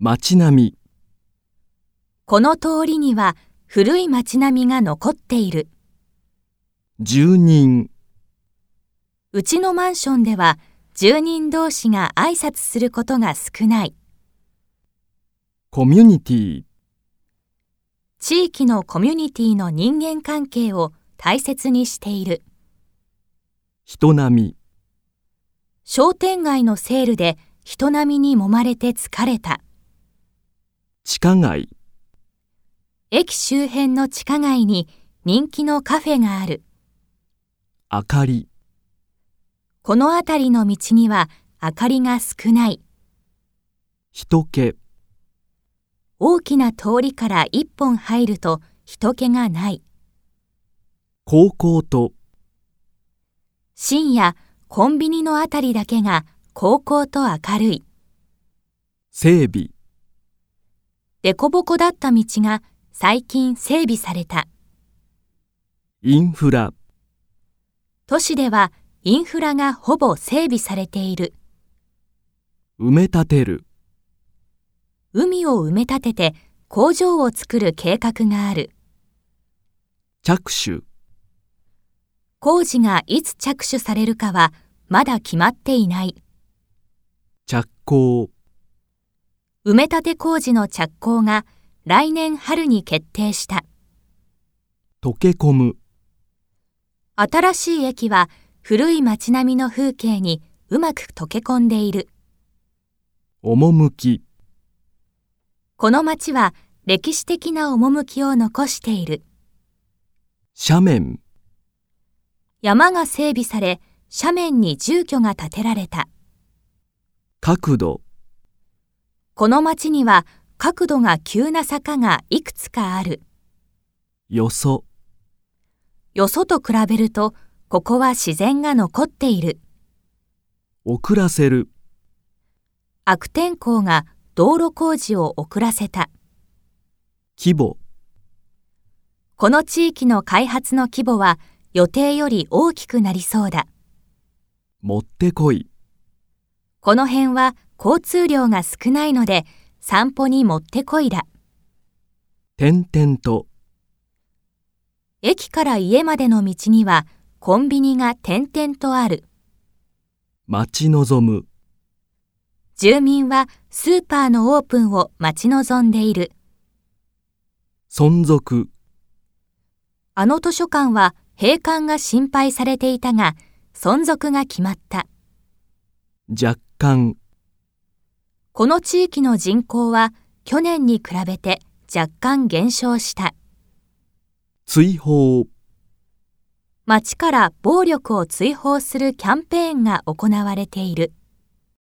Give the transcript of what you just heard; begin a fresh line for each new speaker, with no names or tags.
街並み、
この通りには古い町並みが残っている。
住人、
うちのマンションでは住人同士が挨拶することが少ない。
コミュニティ、
地域のコミュニティの人間関係を大切にしている。
人並み、
商店街のセールで人並みに揉まれて疲れた。
地下街、
駅周辺の地下街に人気のカフェがある。
明かり、
この辺りの道には明かりが少ない。
人気、
大きな通りから一本入ると人気がない。
高校と
深夜、コンビニのあたりだけが高校と明るい。
整備、
凸凹だった道が最近整備された。
インフラ、
都市ではインフラがほぼ整備されている。
埋め立てる、
海を埋め立てて工場を作る計画がある。
着手、
工事がいつ着手されるかはまだ決まっていない。
着工、
埋め立て工事の着工が来年春に決定した。
溶け込む、
新しい駅は古い街並みの風景にうまく溶け込んでいる。
趣、
この街は歴史的な趣を残している。
斜面、
山が整備され、斜面に住居が建てられた。
角度、
この町には角度が急な坂がいくつかある。
よそ、
よそと比べると、ここは自然が残っている。
遅らせる、
悪天候が道路工事を遅らせた。
規模、
この地域の開発の規模は予定より大きくなりそうだ。
持ってこい、
この辺は交通量が少ないので、散歩にもってこいだ。
点々と、
駅から家までの道にはコンビニが点々とある。
待ち望む、
住民はスーパーのオープンを待ち望んでいる。
存続、
あの図書館は閉館が心配されていたが、存続が決まった。
若干、
この地域の人口は去年に比べて若干減少した。
追放、
町から暴力を追放するキャンペーンが行われている。